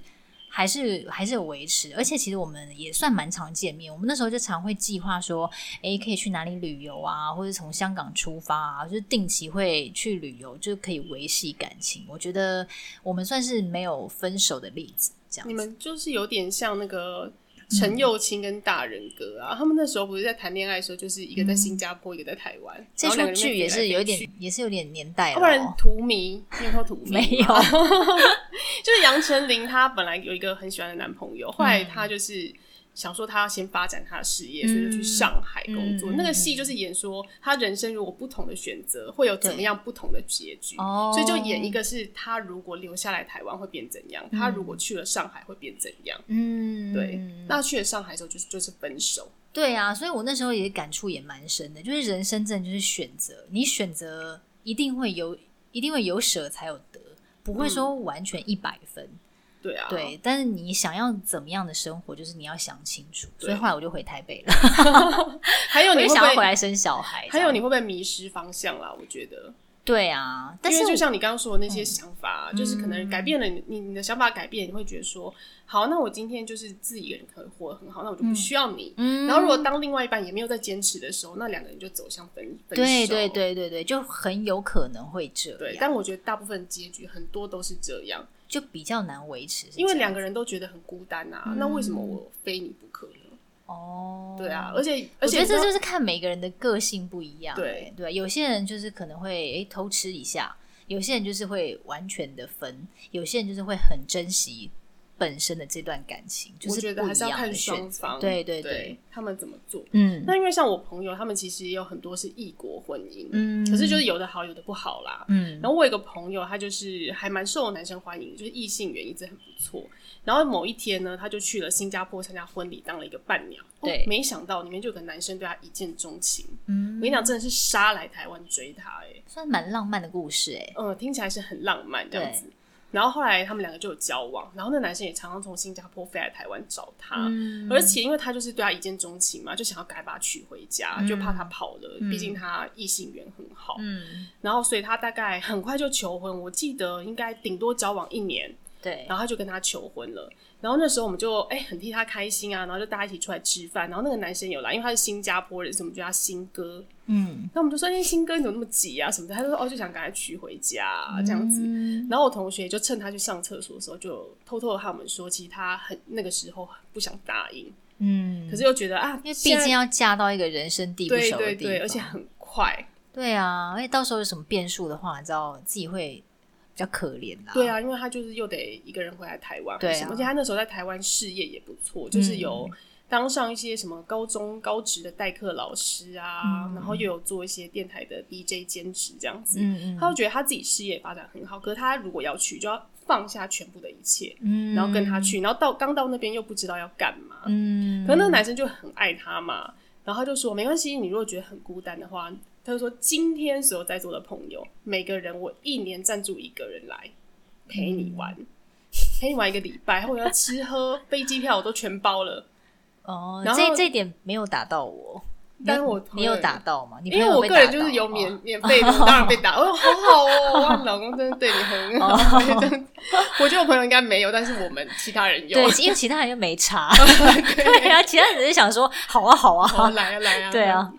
[SPEAKER 1] 还是还是有维持，而且其实我们也算蛮常见面。我们那时候就常会计划说，诶，可以去哪里旅游啊，或者从香港出发啊，就是定期会去旅游，就可以维系感情。我觉得我们算是没有分手的例子，这样子。
[SPEAKER 2] 你们就是有点像那个陈幼卿跟大人哥
[SPEAKER 1] 嗯
[SPEAKER 2] 啊，他们那时候不是在谈恋爱的时候，就是一个在新加坡，一个在台湾，
[SPEAKER 1] 这
[SPEAKER 2] 然后两
[SPEAKER 1] 出
[SPEAKER 2] 个人
[SPEAKER 1] 剧也是有一点哦
[SPEAKER 2] 飞来飞去。，
[SPEAKER 1] 也是有点年代
[SPEAKER 2] 要
[SPEAKER 1] 了、
[SPEAKER 2] 不然
[SPEAKER 1] 哦。
[SPEAKER 2] 荼蘼，你有看过荼蘼吗
[SPEAKER 1] 没有
[SPEAKER 2] 就是杨丞琳，她本来有一个很喜欢的男朋友，后来
[SPEAKER 1] 嗯
[SPEAKER 2] 她就是想说她要先发展她的事业，所以就去上海工作。
[SPEAKER 1] 嗯嗯
[SPEAKER 2] 那个戏就是演说她人生如果不同的选择，会有怎么样不同的结局，
[SPEAKER 1] 哦
[SPEAKER 2] 所以就演一个是她如果留下来台湾会变怎样，她如果去了上海会变怎样。
[SPEAKER 1] 嗯，
[SPEAKER 2] 对，那去了上海之后就是就是分手，
[SPEAKER 1] 对啊，所以我那时候也感触也蛮深的，就是人生真的就是选择，你选择一定会有，一定会有舍才有得，不会说
[SPEAKER 2] 嗯
[SPEAKER 1] 完全一百分。
[SPEAKER 2] 对啊，
[SPEAKER 1] 对，但是你想要怎么样的生活，就是你要想清楚。
[SPEAKER 2] 对
[SPEAKER 1] 所以后来我就回台北了，
[SPEAKER 2] 还有
[SPEAKER 1] 我
[SPEAKER 2] 你
[SPEAKER 1] 就
[SPEAKER 2] 会不
[SPEAKER 1] 想要回
[SPEAKER 2] 会？
[SPEAKER 1] 来生小孩。
[SPEAKER 2] 还有你
[SPEAKER 1] 这样
[SPEAKER 2] 会不会迷失方向啦？我觉得，
[SPEAKER 1] 对啊，但
[SPEAKER 2] 因
[SPEAKER 1] 是
[SPEAKER 2] 为就
[SPEAKER 1] 我嗯
[SPEAKER 2] 像你刚刚说的那些想法，啊就是可能改变了你，你你的想法改变，你会觉得说，好，那我今天就是自己一个人可以活得很好，那我就不需要你。
[SPEAKER 1] 嗯
[SPEAKER 2] 然后如果当另外一半也没有在坚持的时候，那两个人就走向分分手。
[SPEAKER 1] 对对对对对，就很有可能会这样，
[SPEAKER 2] 对但我觉得大部分结局很多都是这样，
[SPEAKER 1] 就比较难维持，是
[SPEAKER 2] 因为
[SPEAKER 1] 这样嗯
[SPEAKER 2] 两个人都觉得很孤单啊。那为什么我非你不可呢？
[SPEAKER 1] 哦，
[SPEAKER 2] 对啊，而且而
[SPEAKER 1] 我
[SPEAKER 2] 且
[SPEAKER 1] 觉得这
[SPEAKER 2] 你知道
[SPEAKER 1] 就是看每个人的个性不一样、
[SPEAKER 2] 对
[SPEAKER 1] 欸对，有些人就是可能会诶偷吃一下，有些人就是会完全的分，有些人就是会很珍惜本身的这段感情，就
[SPEAKER 2] 我
[SPEAKER 1] 是
[SPEAKER 2] 觉得
[SPEAKER 1] 不
[SPEAKER 2] 还
[SPEAKER 1] 一
[SPEAKER 2] 是要
[SPEAKER 1] 样
[SPEAKER 2] 看
[SPEAKER 1] 的选
[SPEAKER 2] 双
[SPEAKER 1] 择。
[SPEAKER 2] 方，
[SPEAKER 1] 对对
[SPEAKER 2] 对
[SPEAKER 1] 对，
[SPEAKER 2] 他们怎么做。
[SPEAKER 1] 嗯
[SPEAKER 2] 那因为像我朋友，他们其实也有很多是异国婚姻，
[SPEAKER 1] 嗯
[SPEAKER 2] 可是就是有的好，有的不好啦。
[SPEAKER 1] 嗯
[SPEAKER 2] 然后我有一个朋友，他就是还蛮受男生欢迎，就是异性缘一直很不错。然后某一天呢，他就去了新加坡参加婚礼，当了一个伴娘。哦
[SPEAKER 1] 对
[SPEAKER 2] 没想到里面就有个男生对他一见钟情。我
[SPEAKER 1] 嗯，
[SPEAKER 2] 跟你讲，真的是杀来台湾追他、欸，
[SPEAKER 1] 算蛮浪漫的故事哎、
[SPEAKER 2] 嗯，听起来是很浪漫这样子。然后后来他们两个就有交往，然后那男生也常常从新加坡飞来台湾找她，
[SPEAKER 1] 嗯
[SPEAKER 2] 而且因为他就是对她一见钟情嘛，就想要赶快把她娶回家，就怕她跑了，毕竟她异性缘很好。
[SPEAKER 1] 嗯，
[SPEAKER 2] 然后所以她大概很快就求婚，我记得应该顶多交往一年，
[SPEAKER 1] 对，
[SPEAKER 2] 然后他就跟她求婚了。然后那时候我们就哎、很替她开心啊，然后就大家一起出来吃饭。然后那个男生有来，因为他是新加坡人，所以我们就叫他新哥。
[SPEAKER 1] 嗯，
[SPEAKER 2] 那我们就说：“哎、新哥，你怎么那么急啊？什么的？”他就说：“哦，就想赶快娶回家、啊这样子。
[SPEAKER 1] 嗯
[SPEAKER 2] 然后我同学就趁他去上厕所的时候，就偷偷的和我们说，其实他很那个时候不想答应，
[SPEAKER 1] 嗯，
[SPEAKER 2] 可是又觉得啊，
[SPEAKER 1] 因为毕
[SPEAKER 2] 现在
[SPEAKER 1] 竟要嫁到一个人生地不
[SPEAKER 2] 对
[SPEAKER 1] 熟的
[SPEAKER 2] 对
[SPEAKER 1] 地方，
[SPEAKER 2] 对，而且很快，
[SPEAKER 1] 对啊，而且到时候有什么变数的话，你知道自己会比较可怜啦。
[SPEAKER 2] 对啊，因为他就是又得一个人回来台湾，
[SPEAKER 1] 对啊嗯
[SPEAKER 2] 什么而且他那时候在台湾事业也不错，就是有当上一些什么高中高职的代课老师啊，然后又有做一些电台的 DJ 兼职这样子，
[SPEAKER 1] 嗯嗯嗯，
[SPEAKER 2] 他就觉得他自己事业发展很好，可是他如果要去，就要放下全部的一切，
[SPEAKER 1] 嗯，
[SPEAKER 2] 然后跟他，去，然后到刚到那边又不知道要干嘛，
[SPEAKER 1] 嗯，
[SPEAKER 2] 可能那个男生就很爱她嘛，然后他就说没关系，你如果觉得很孤单的话，他就说今天所有在座的朋友，每个人我一年赞助一个人来陪你玩，
[SPEAKER 1] 嗯
[SPEAKER 2] 陪你玩一个礼拜，或者要吃喝飞机票我都全包了。
[SPEAKER 1] 哦，
[SPEAKER 2] 然后
[SPEAKER 1] 这这一点没有打到我，你
[SPEAKER 2] 但是我
[SPEAKER 1] 你有打，到吗？你朋
[SPEAKER 2] 因为
[SPEAKER 1] 友
[SPEAKER 2] 我
[SPEAKER 1] 被
[SPEAKER 2] 个人
[SPEAKER 1] 打
[SPEAKER 2] 就是
[SPEAKER 1] 到
[SPEAKER 2] 有
[SPEAKER 1] 哦
[SPEAKER 2] 免免费的，我当然被 打。哦，好好哦，哇，你老公真的对你很好。我觉得我朋友应该没有，但是我们其他人有。
[SPEAKER 1] 哦对，因为其他人又没查， 对啊，其他人只是想说好啊好
[SPEAKER 2] 好
[SPEAKER 1] 啊，
[SPEAKER 2] 来啊来啊！
[SPEAKER 1] 对啊，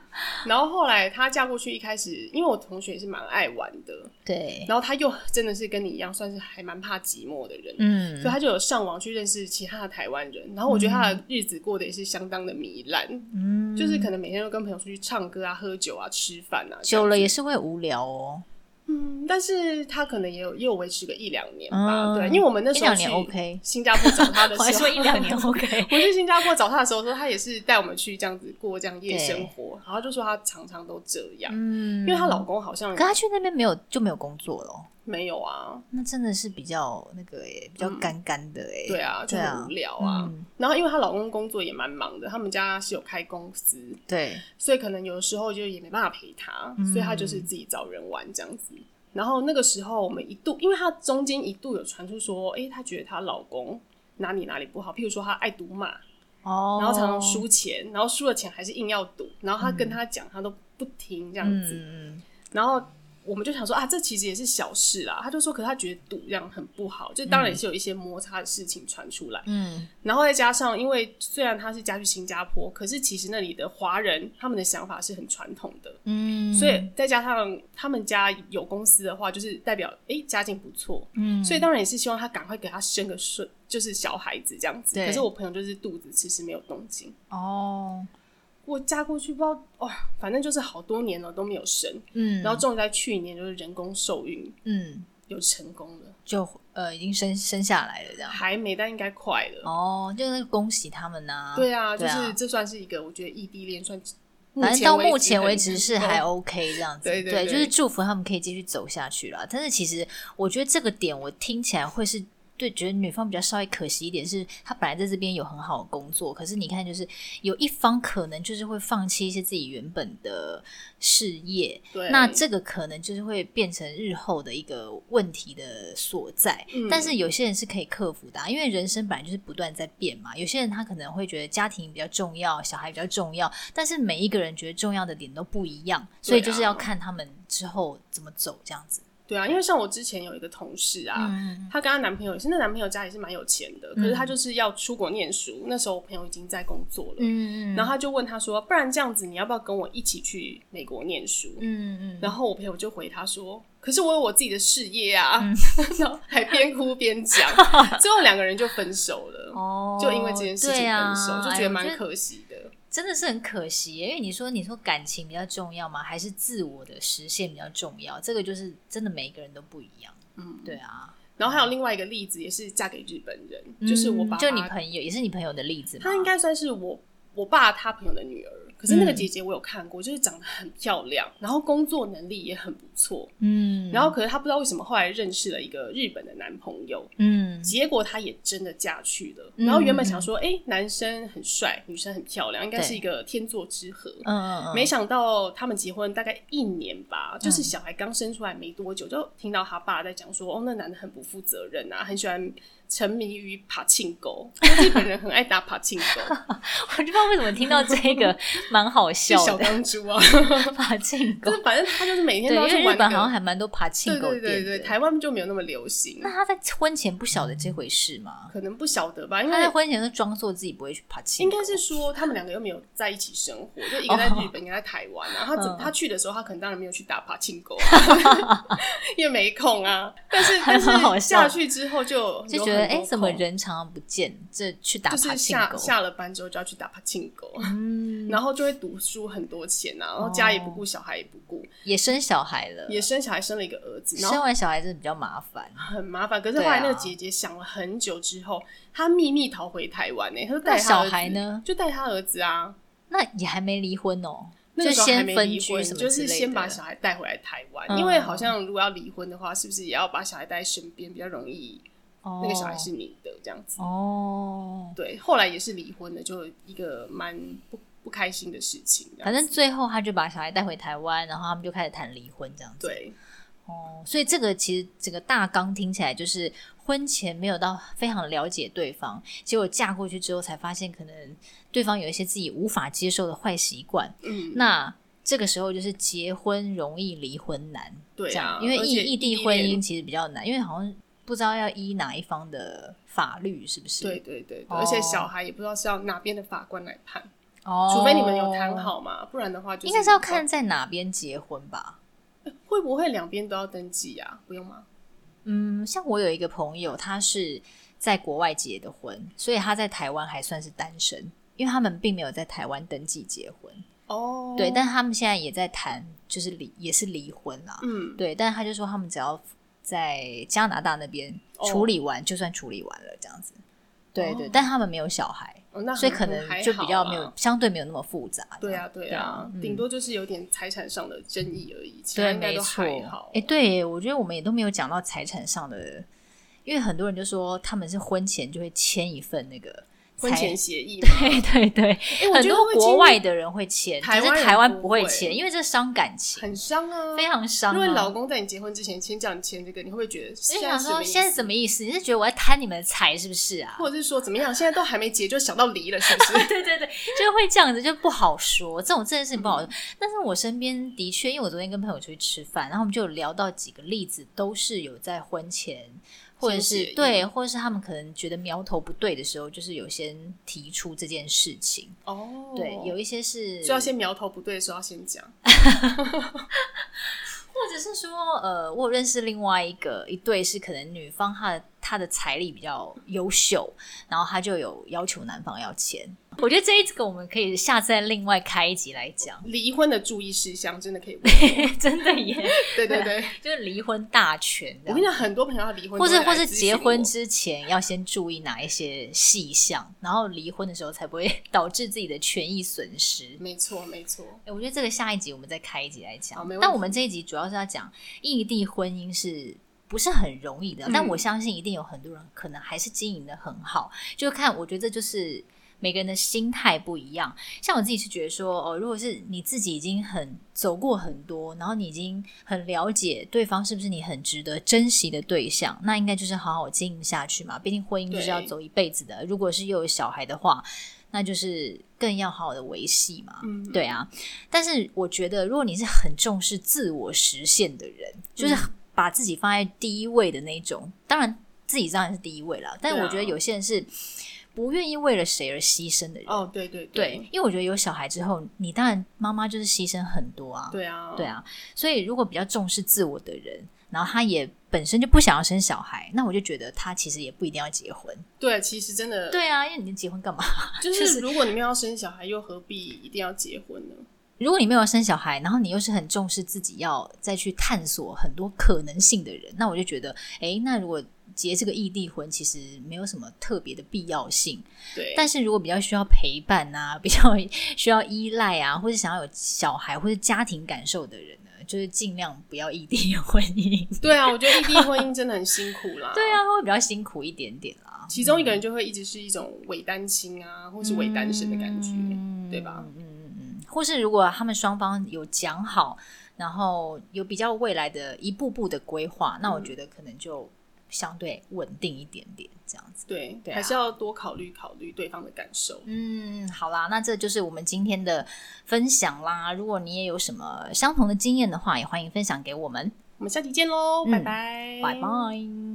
[SPEAKER 2] 然后后来她嫁过去，一开始因为我同学也是蛮爱玩的，
[SPEAKER 1] 对，
[SPEAKER 2] 然后他又真的是跟你一样，算是还蛮怕寂寞的人，
[SPEAKER 1] 嗯
[SPEAKER 2] 所以他就有上网去认识其他的台湾人。然后我觉得他的日子过得也是相当的糜烂，
[SPEAKER 1] 嗯，
[SPEAKER 2] 就是可能每天都跟朋友出去唱歌啊、喝酒啊、吃饭啊，这
[SPEAKER 1] 久
[SPEAKER 2] 样子
[SPEAKER 1] 了也是会无聊哦，
[SPEAKER 2] 嗯，但是他可能也有也有维持个一两年吧，
[SPEAKER 1] 嗯
[SPEAKER 2] 对，因为我们那时候
[SPEAKER 1] 一两年
[SPEAKER 2] 去
[SPEAKER 1] OK
[SPEAKER 2] 新加坡找他的 时
[SPEAKER 1] 我
[SPEAKER 2] 候，
[SPEAKER 1] 还说一 两年 OK，
[SPEAKER 2] 我去新加坡找他的时候，说他也是带我们去这样子过这样夜
[SPEAKER 1] 对
[SPEAKER 2] 生活，然后就说他常常都这样，
[SPEAKER 1] 嗯，
[SPEAKER 2] 因为她老公好像
[SPEAKER 1] 可她去那边没有就没有工作了哦，
[SPEAKER 2] 没有啊，
[SPEAKER 1] 那真的是比较那个诶，比较
[SPEAKER 2] 嗯
[SPEAKER 1] 干干的诶，
[SPEAKER 2] 对啊，就
[SPEAKER 1] 对啊
[SPEAKER 2] 很无聊啊。
[SPEAKER 1] 嗯
[SPEAKER 2] 然后因为她老公工作也蛮忙的，他们家是有开公司，
[SPEAKER 1] 对，
[SPEAKER 2] 所以可能有的时候就也没办法陪她，
[SPEAKER 1] 嗯
[SPEAKER 2] 所以她就是自己找人玩这样子。然后那个时候我们一度，因为她中间一度有传出说，诶，她觉得她老公哪里哪里不好，譬如说她爱赌马，
[SPEAKER 1] 哦，
[SPEAKER 2] 然后常常输钱，然后输了钱还是硬要赌，然后她跟他讲，她都不听这样
[SPEAKER 1] 嗯，
[SPEAKER 2] 子。
[SPEAKER 1] 嗯，
[SPEAKER 2] 然后我们就想说啊，这其实也是小事啦。他就说，可是他觉得赌这样很不好，就当然也是有一些摩擦的事情传出来。
[SPEAKER 1] 嗯
[SPEAKER 2] 然后再加上，因为虽然他是嫁去新加坡，可是其实那里的华人他们的想法是很传统的，
[SPEAKER 1] 嗯，
[SPEAKER 2] 所以再加上他们家有公司的话，就是代表诶家境不错，
[SPEAKER 1] 嗯，
[SPEAKER 2] 所以当然也是希望他赶快给他生个顺，就是小孩子这样子。
[SPEAKER 1] 对
[SPEAKER 2] 可是我朋友就是肚子迟迟没有动静。
[SPEAKER 1] 哦，
[SPEAKER 2] 我嫁过去不知道哦，反正就是好多年了都没有生，
[SPEAKER 1] 嗯，
[SPEAKER 2] 然后终于在去年就是人工受孕，
[SPEAKER 1] 嗯，
[SPEAKER 2] 有成功了，
[SPEAKER 1] 就呃已经生生下来了这样，
[SPEAKER 2] 还没，但应该快了。
[SPEAKER 1] 哦，就是恭喜他们呐，
[SPEAKER 2] 对啊，就
[SPEAKER 1] 对啊
[SPEAKER 2] 是这算是一个，我觉得异地恋算，
[SPEAKER 1] 反正到目前
[SPEAKER 2] 前
[SPEAKER 1] 为止是还哦
[SPEAKER 2] 很
[SPEAKER 1] OK 这样子，
[SPEAKER 2] 对对对
[SPEAKER 1] 就是祝福他们可以继续走下去啦。但是其实我觉得这个点我听起来会是对，觉得女方比较稍微可惜一点是，她本来在这边有很好的工作，可是你看就是有一方可能就是会放弃一些自己原本的事业，
[SPEAKER 2] 对，
[SPEAKER 1] 那这个可能就是会变成日后的一个问题的所在。
[SPEAKER 2] 嗯
[SPEAKER 1] 但是有些人是可以克服的啊、因为人生本来就是不断在变嘛。有些人他可能会觉得家庭比较重要，小孩比较重要，但是每一个人觉得重要的点都不一样，所以就是要
[SPEAKER 2] 啊
[SPEAKER 1] 看他们之后怎么走这样子。
[SPEAKER 2] 对啊，因为像我之前有一个同事啊，
[SPEAKER 1] 嗯
[SPEAKER 2] 她跟她男朋友也是，那男朋友家里是蛮有钱的，可是她就是要出国念书，那时候我朋友已经在工作了，
[SPEAKER 1] 嗯
[SPEAKER 2] 然后她就问他说，不然这样子你要不要跟我一起去美国念书？
[SPEAKER 1] 嗯嗯
[SPEAKER 2] 然后我朋友就回他说：“可是我有我自己的事业啊。
[SPEAKER 1] 嗯
[SPEAKER 2] 然后还边哭边 讲，最后两个人就分手了。
[SPEAKER 1] 哦，
[SPEAKER 2] 就因为这件事情
[SPEAKER 1] 对
[SPEAKER 2] 分
[SPEAKER 1] 啊
[SPEAKER 2] 手，就觉
[SPEAKER 1] 哎
[SPEAKER 2] 得
[SPEAKER 1] 我
[SPEAKER 2] 蛮可惜的。
[SPEAKER 1] 真的是很可惜耶，因为你说你说感情比较重要吗？还是自我的实现比较重要？这个就是真的每一个人都不一样。嗯，对啊，
[SPEAKER 2] 然后还有另外一个例子，也是嫁给日本人，
[SPEAKER 1] 嗯
[SPEAKER 2] 就是我爸
[SPEAKER 1] 就你
[SPEAKER 2] 妈，
[SPEAKER 1] 朋友也是你朋友的例子嘛，
[SPEAKER 2] 她应该算是我我爸他朋友的女儿。可是
[SPEAKER 1] 嗯
[SPEAKER 2] 那个姐姐我有看过，就是长得很漂亮，然后工作能力也很不错。
[SPEAKER 1] 嗯，
[SPEAKER 2] 然后可是她不知道为什么后来认识了一个日本的男朋友，
[SPEAKER 1] 嗯
[SPEAKER 2] 结果她也真的嫁去了。
[SPEAKER 1] 嗯
[SPEAKER 2] 然后原本想说，哎、男生很帅，女生很漂亮，应该
[SPEAKER 1] 对
[SPEAKER 2] 是一个天作之合。
[SPEAKER 1] 嗯嗯嗯，
[SPEAKER 2] 没想到他们结婚大概一年吧，就是小孩刚生出来没多久，就听到他爸在讲说，哦，那男的很不负责任啊，很喜欢沉迷于爬庆狗，日本人很爱打爬庆 狗，
[SPEAKER 1] 我就不知道为什么听到这 个蛮好
[SPEAKER 2] 是
[SPEAKER 1] 笑
[SPEAKER 2] 小
[SPEAKER 1] 的，
[SPEAKER 2] 钢珠啊，
[SPEAKER 1] 爬进狗，
[SPEAKER 2] 就是反正他就是每天
[SPEAKER 1] 对，
[SPEAKER 2] 都
[SPEAKER 1] 因
[SPEAKER 2] 要
[SPEAKER 1] 为
[SPEAKER 2] 去
[SPEAKER 1] 日
[SPEAKER 2] 玩、那
[SPEAKER 1] 本
[SPEAKER 2] 个
[SPEAKER 1] 好像还蛮多爬进
[SPEAKER 2] 对
[SPEAKER 1] 狗
[SPEAKER 2] 对
[SPEAKER 1] 店
[SPEAKER 2] 对对，
[SPEAKER 1] 的
[SPEAKER 2] 台湾就没有那么流行
[SPEAKER 1] 那，他在婚前不晓得这回事吗？
[SPEAKER 2] 可能不晓得吧，因
[SPEAKER 1] 他在
[SPEAKER 2] 为。
[SPEAKER 1] 婚前都装作自己不会去爬进，
[SPEAKER 2] 应该是说他们两个又没有在一起生活，就一个在
[SPEAKER 1] 哦
[SPEAKER 2] 日本，一个在台湾啊。他怎
[SPEAKER 1] 嗯
[SPEAKER 2] 他去的时候，他可能当然没有去打爬庆狗、啊，因为没空啊。但是
[SPEAKER 1] 还
[SPEAKER 2] 但
[SPEAKER 1] 蛮 好
[SPEAKER 2] 是
[SPEAKER 1] 笑
[SPEAKER 2] 下去之后就
[SPEAKER 1] 就
[SPEAKER 2] 有
[SPEAKER 1] 觉得
[SPEAKER 2] 很多
[SPEAKER 1] 哎，怎么
[SPEAKER 2] 空
[SPEAKER 1] 人常常不见，这去打
[SPEAKER 2] 就是
[SPEAKER 1] 爬进
[SPEAKER 2] 下
[SPEAKER 1] 狗，
[SPEAKER 2] 下了班之后就要去打爬庆狗，
[SPEAKER 1] 嗯，
[SPEAKER 2] 然后就会读书很多钱啊，然后家也不顾，
[SPEAKER 1] 哦
[SPEAKER 2] 小孩也不顾，
[SPEAKER 1] 也生小孩了，
[SPEAKER 2] 也生小孩生了一个儿子，然
[SPEAKER 1] 生
[SPEAKER 2] 后
[SPEAKER 1] 完小孩真的比较麻烦，
[SPEAKER 2] 很麻烦。可是
[SPEAKER 1] 哦对
[SPEAKER 2] 后
[SPEAKER 1] 啊
[SPEAKER 2] 来那个姐姐想了很久之后，她秘密逃回台湾欸呢、她就带
[SPEAKER 1] 那
[SPEAKER 2] 她
[SPEAKER 1] 小
[SPEAKER 2] 儿子
[SPEAKER 1] 孩呢
[SPEAKER 2] 就带她儿子啊。
[SPEAKER 1] 那也还没离婚哦，
[SPEAKER 2] 那个时
[SPEAKER 1] 就
[SPEAKER 2] 候还
[SPEAKER 1] 先
[SPEAKER 2] 没
[SPEAKER 1] 分
[SPEAKER 2] 离
[SPEAKER 1] 居
[SPEAKER 2] 婚，
[SPEAKER 1] 什么
[SPEAKER 2] 就
[SPEAKER 1] 之
[SPEAKER 2] 是
[SPEAKER 1] 类
[SPEAKER 2] 先
[SPEAKER 1] 的
[SPEAKER 2] 把小孩带回来台湾，
[SPEAKER 1] 嗯
[SPEAKER 2] 因为好像如果要离婚的话，是不是也要把小孩带在身边，比较容易
[SPEAKER 1] 哦
[SPEAKER 2] 那个小孩是你的这样子。
[SPEAKER 1] 哦，
[SPEAKER 2] 对，后来也是离婚的，就一个蛮不不开心的事情这样。
[SPEAKER 1] 反正最后他就把小孩带回台湾，然后他们就开始谈离婚这样子。
[SPEAKER 2] 对，
[SPEAKER 1] 哦，所以这个其实整个大纲听起来就是婚前没有到非常了解对方，结果嫁过去之后才发现，可能对方有一些自己无法接受的坏习惯。
[SPEAKER 2] 嗯，
[SPEAKER 1] 那这个时候就是结婚容易，离婚难，
[SPEAKER 2] 对
[SPEAKER 1] 这
[SPEAKER 2] 啊
[SPEAKER 1] 样，，因为
[SPEAKER 2] 而
[SPEAKER 1] 异
[SPEAKER 2] 且
[SPEAKER 1] 异地
[SPEAKER 2] 恋
[SPEAKER 1] 婚姻其实比较难，因为好像不知道要依哪一方的法律，是不是？
[SPEAKER 2] 对，对对对，
[SPEAKER 1] 哦
[SPEAKER 2] 而且小孩也不知道是要哪边的法官来判，
[SPEAKER 1] 哦，
[SPEAKER 2] 除非你们有谈，好嘛，不然的话就是哦
[SPEAKER 1] 应该是要看在哪边结婚吧。
[SPEAKER 2] 会不会两边都要登记啊？不用吗？
[SPEAKER 1] 嗯，像我有一个朋友，他是在国外结的婚，所以他在台湾还算是单身，因为他们并没有在台湾登记结婚。
[SPEAKER 2] 哦，
[SPEAKER 1] 对，但他们现在也在谈，就是离也是离婚啦。
[SPEAKER 2] 嗯，
[SPEAKER 1] 对，但他就说他们只要在加拿大那边
[SPEAKER 2] 哦
[SPEAKER 1] 处理完，就算处理完了这样子。对对，
[SPEAKER 2] 哦
[SPEAKER 1] 但他们没有小孩，
[SPEAKER 2] 哦那
[SPEAKER 1] 所以
[SPEAKER 2] 很
[SPEAKER 1] 可
[SPEAKER 2] 很还
[SPEAKER 1] 能就比较没有
[SPEAKER 2] 好啦。
[SPEAKER 1] 相对没有那么复杂。
[SPEAKER 2] 对
[SPEAKER 1] 这样
[SPEAKER 2] 啊，对
[SPEAKER 1] 对
[SPEAKER 2] 啊
[SPEAKER 1] 啊，
[SPEAKER 2] 顶多就是有点财产上的争议而已，其他
[SPEAKER 1] 对，
[SPEAKER 2] 应该
[SPEAKER 1] 没
[SPEAKER 2] 都
[SPEAKER 1] 错。
[SPEAKER 2] 还好。
[SPEAKER 1] 诶对耶，我觉得我们也都没有讲到财产上的，因为很多人就说他们是婚前就会签一份那 个
[SPEAKER 2] 婚
[SPEAKER 1] 财
[SPEAKER 2] 前。协议 嘛，
[SPEAKER 1] 对对对，
[SPEAKER 2] 哎，我
[SPEAKER 1] 很
[SPEAKER 2] 觉得
[SPEAKER 1] 多
[SPEAKER 2] 会
[SPEAKER 1] 国
[SPEAKER 2] 经
[SPEAKER 1] 外
[SPEAKER 2] 历
[SPEAKER 1] 的人会签，
[SPEAKER 2] 台
[SPEAKER 1] 可
[SPEAKER 2] 湾
[SPEAKER 1] 是
[SPEAKER 2] 人
[SPEAKER 1] 台湾
[SPEAKER 2] 不
[SPEAKER 1] 不会
[SPEAKER 2] 会
[SPEAKER 1] 签，因为这伤感情，
[SPEAKER 2] 很伤啊，
[SPEAKER 1] 非常伤、啊。
[SPEAKER 2] 如果你老公在你结婚之前先叫你签这个，你会不会觉得
[SPEAKER 1] 就
[SPEAKER 2] 现在
[SPEAKER 1] 想
[SPEAKER 2] 是什
[SPEAKER 1] 说
[SPEAKER 2] 么意
[SPEAKER 1] 现在
[SPEAKER 2] 思？
[SPEAKER 1] 什么意思？你是觉得我在贪你们的财是不是啊？
[SPEAKER 2] 或者是说怎么样？现在都还没结就想到离了，是不是？
[SPEAKER 1] 对对对，就会这样子，就不好说。这种这件事情不好
[SPEAKER 2] 嗯
[SPEAKER 1] 说。但是我身边的确，因为我昨天跟朋友出去吃饭，然后我们就有聊到几个例子，都是有在婚前或者
[SPEAKER 2] 先
[SPEAKER 1] 是
[SPEAKER 2] 协议
[SPEAKER 1] 对，或者是他们可能觉得苗头不对的时候，就是有先提出这件事情。
[SPEAKER 2] 哦，
[SPEAKER 1] 对，有一些是
[SPEAKER 2] 就要先苗头不对的时候要先讲。
[SPEAKER 1] 或者是说，呃，我有认识另外一个一对是可能女方她的她的财力比较优秀，然后她就有要求男方要钱。我觉得这一个我们可以下次再另外开一集来讲，
[SPEAKER 2] 离婚的注意事项 真的 可以问，
[SPEAKER 1] 真的耶，
[SPEAKER 2] 对对对，
[SPEAKER 1] 就是离婚大全这
[SPEAKER 2] 我
[SPEAKER 1] 样
[SPEAKER 2] 跟你讲，很多朋友要离婚，
[SPEAKER 1] 或
[SPEAKER 2] 都
[SPEAKER 1] 是
[SPEAKER 2] 会
[SPEAKER 1] 或
[SPEAKER 2] 来
[SPEAKER 1] 是
[SPEAKER 2] 咨
[SPEAKER 1] 结
[SPEAKER 2] 询
[SPEAKER 1] 婚
[SPEAKER 2] 我
[SPEAKER 1] 之前要先注意哪一些细项，然后离婚的时候才不会 导致自己的权益损失。
[SPEAKER 2] 没错没错，
[SPEAKER 1] 哎诶我觉得这个下一集我们再开一集来
[SPEAKER 2] 好
[SPEAKER 1] 讲
[SPEAKER 2] 没问，题
[SPEAKER 1] 但我们这一集主要是要讲异地婚姻是不是很容易的？
[SPEAKER 2] 嗯
[SPEAKER 1] 但我相信一定有很多人可能还是经营的很好，就看我觉得这就是每个人的心态不一样。像我自己是觉得说，哦，如果是你自己已经很走过很多，然后你已经很了解对方是不是你很值得珍惜的对象，那应该就是好好经营下去嘛。毕竟婚姻就是要
[SPEAKER 2] 对
[SPEAKER 1] 走一辈子的，如果是又有小孩的话，那就是更要好好的维系嘛。
[SPEAKER 2] 嗯
[SPEAKER 1] 对啊。但是我觉得，如果你是很重视自我实现的人，就是
[SPEAKER 2] 嗯
[SPEAKER 1] 把自己放在第一位的那种，当然自己当然是第一位啦，但
[SPEAKER 2] 对啊
[SPEAKER 1] 我觉得有些人是不愿意为了谁而牺牲的人。
[SPEAKER 2] 哦，对对
[SPEAKER 1] 对，因为我觉得有小孩之后，你当然妈妈就是牺牲很多啊。
[SPEAKER 2] 对啊
[SPEAKER 1] 对啊，所以如果比较重视自我的人，然后他也本身就不想要生小孩，那我就觉得他其实也不一定要结婚。
[SPEAKER 2] 对，其实真的
[SPEAKER 1] 对啊，因为你结婚干嘛？
[SPEAKER 2] 就
[SPEAKER 1] 就是
[SPEAKER 2] 是如果你们要生小孩，又何必一定要结婚呢？
[SPEAKER 1] 如果你没有生小孩，然后你又是很重视自己要再去探索很多可能性的人，那我就觉得，诶，那如果结这个异地婚，其实没有什么特别的必要性。
[SPEAKER 2] 对，
[SPEAKER 1] 但是如果比较需要陪伴啊， 比较需要依赖啊，或者想要有小孩或者家庭感受的人呢，就是尽量不要异地婚姻。
[SPEAKER 2] 对啊，我觉得异地婚姻真的很辛苦啦。
[SPEAKER 1] 对啊，会比较辛苦一点点啦。
[SPEAKER 2] 其中一个人就会一直是一种伪单亲啊，或是伪单身的感觉，
[SPEAKER 1] 嗯
[SPEAKER 2] 对吧？
[SPEAKER 1] 或是如果他们双方有讲好，然后有比较未来的一步步的规划，那我觉得可能就相对稳定一点点这样子。
[SPEAKER 2] 对，
[SPEAKER 1] 对啊
[SPEAKER 2] 还是要多考虑考虑对方的感受。
[SPEAKER 1] 嗯，好啦，那这就是我们今天的分享啦。如果你也有什么相同的经验的话，也欢迎分享给我们。
[SPEAKER 2] 我们下期见喽，
[SPEAKER 1] 嗯
[SPEAKER 2] 拜拜，
[SPEAKER 1] 拜拜。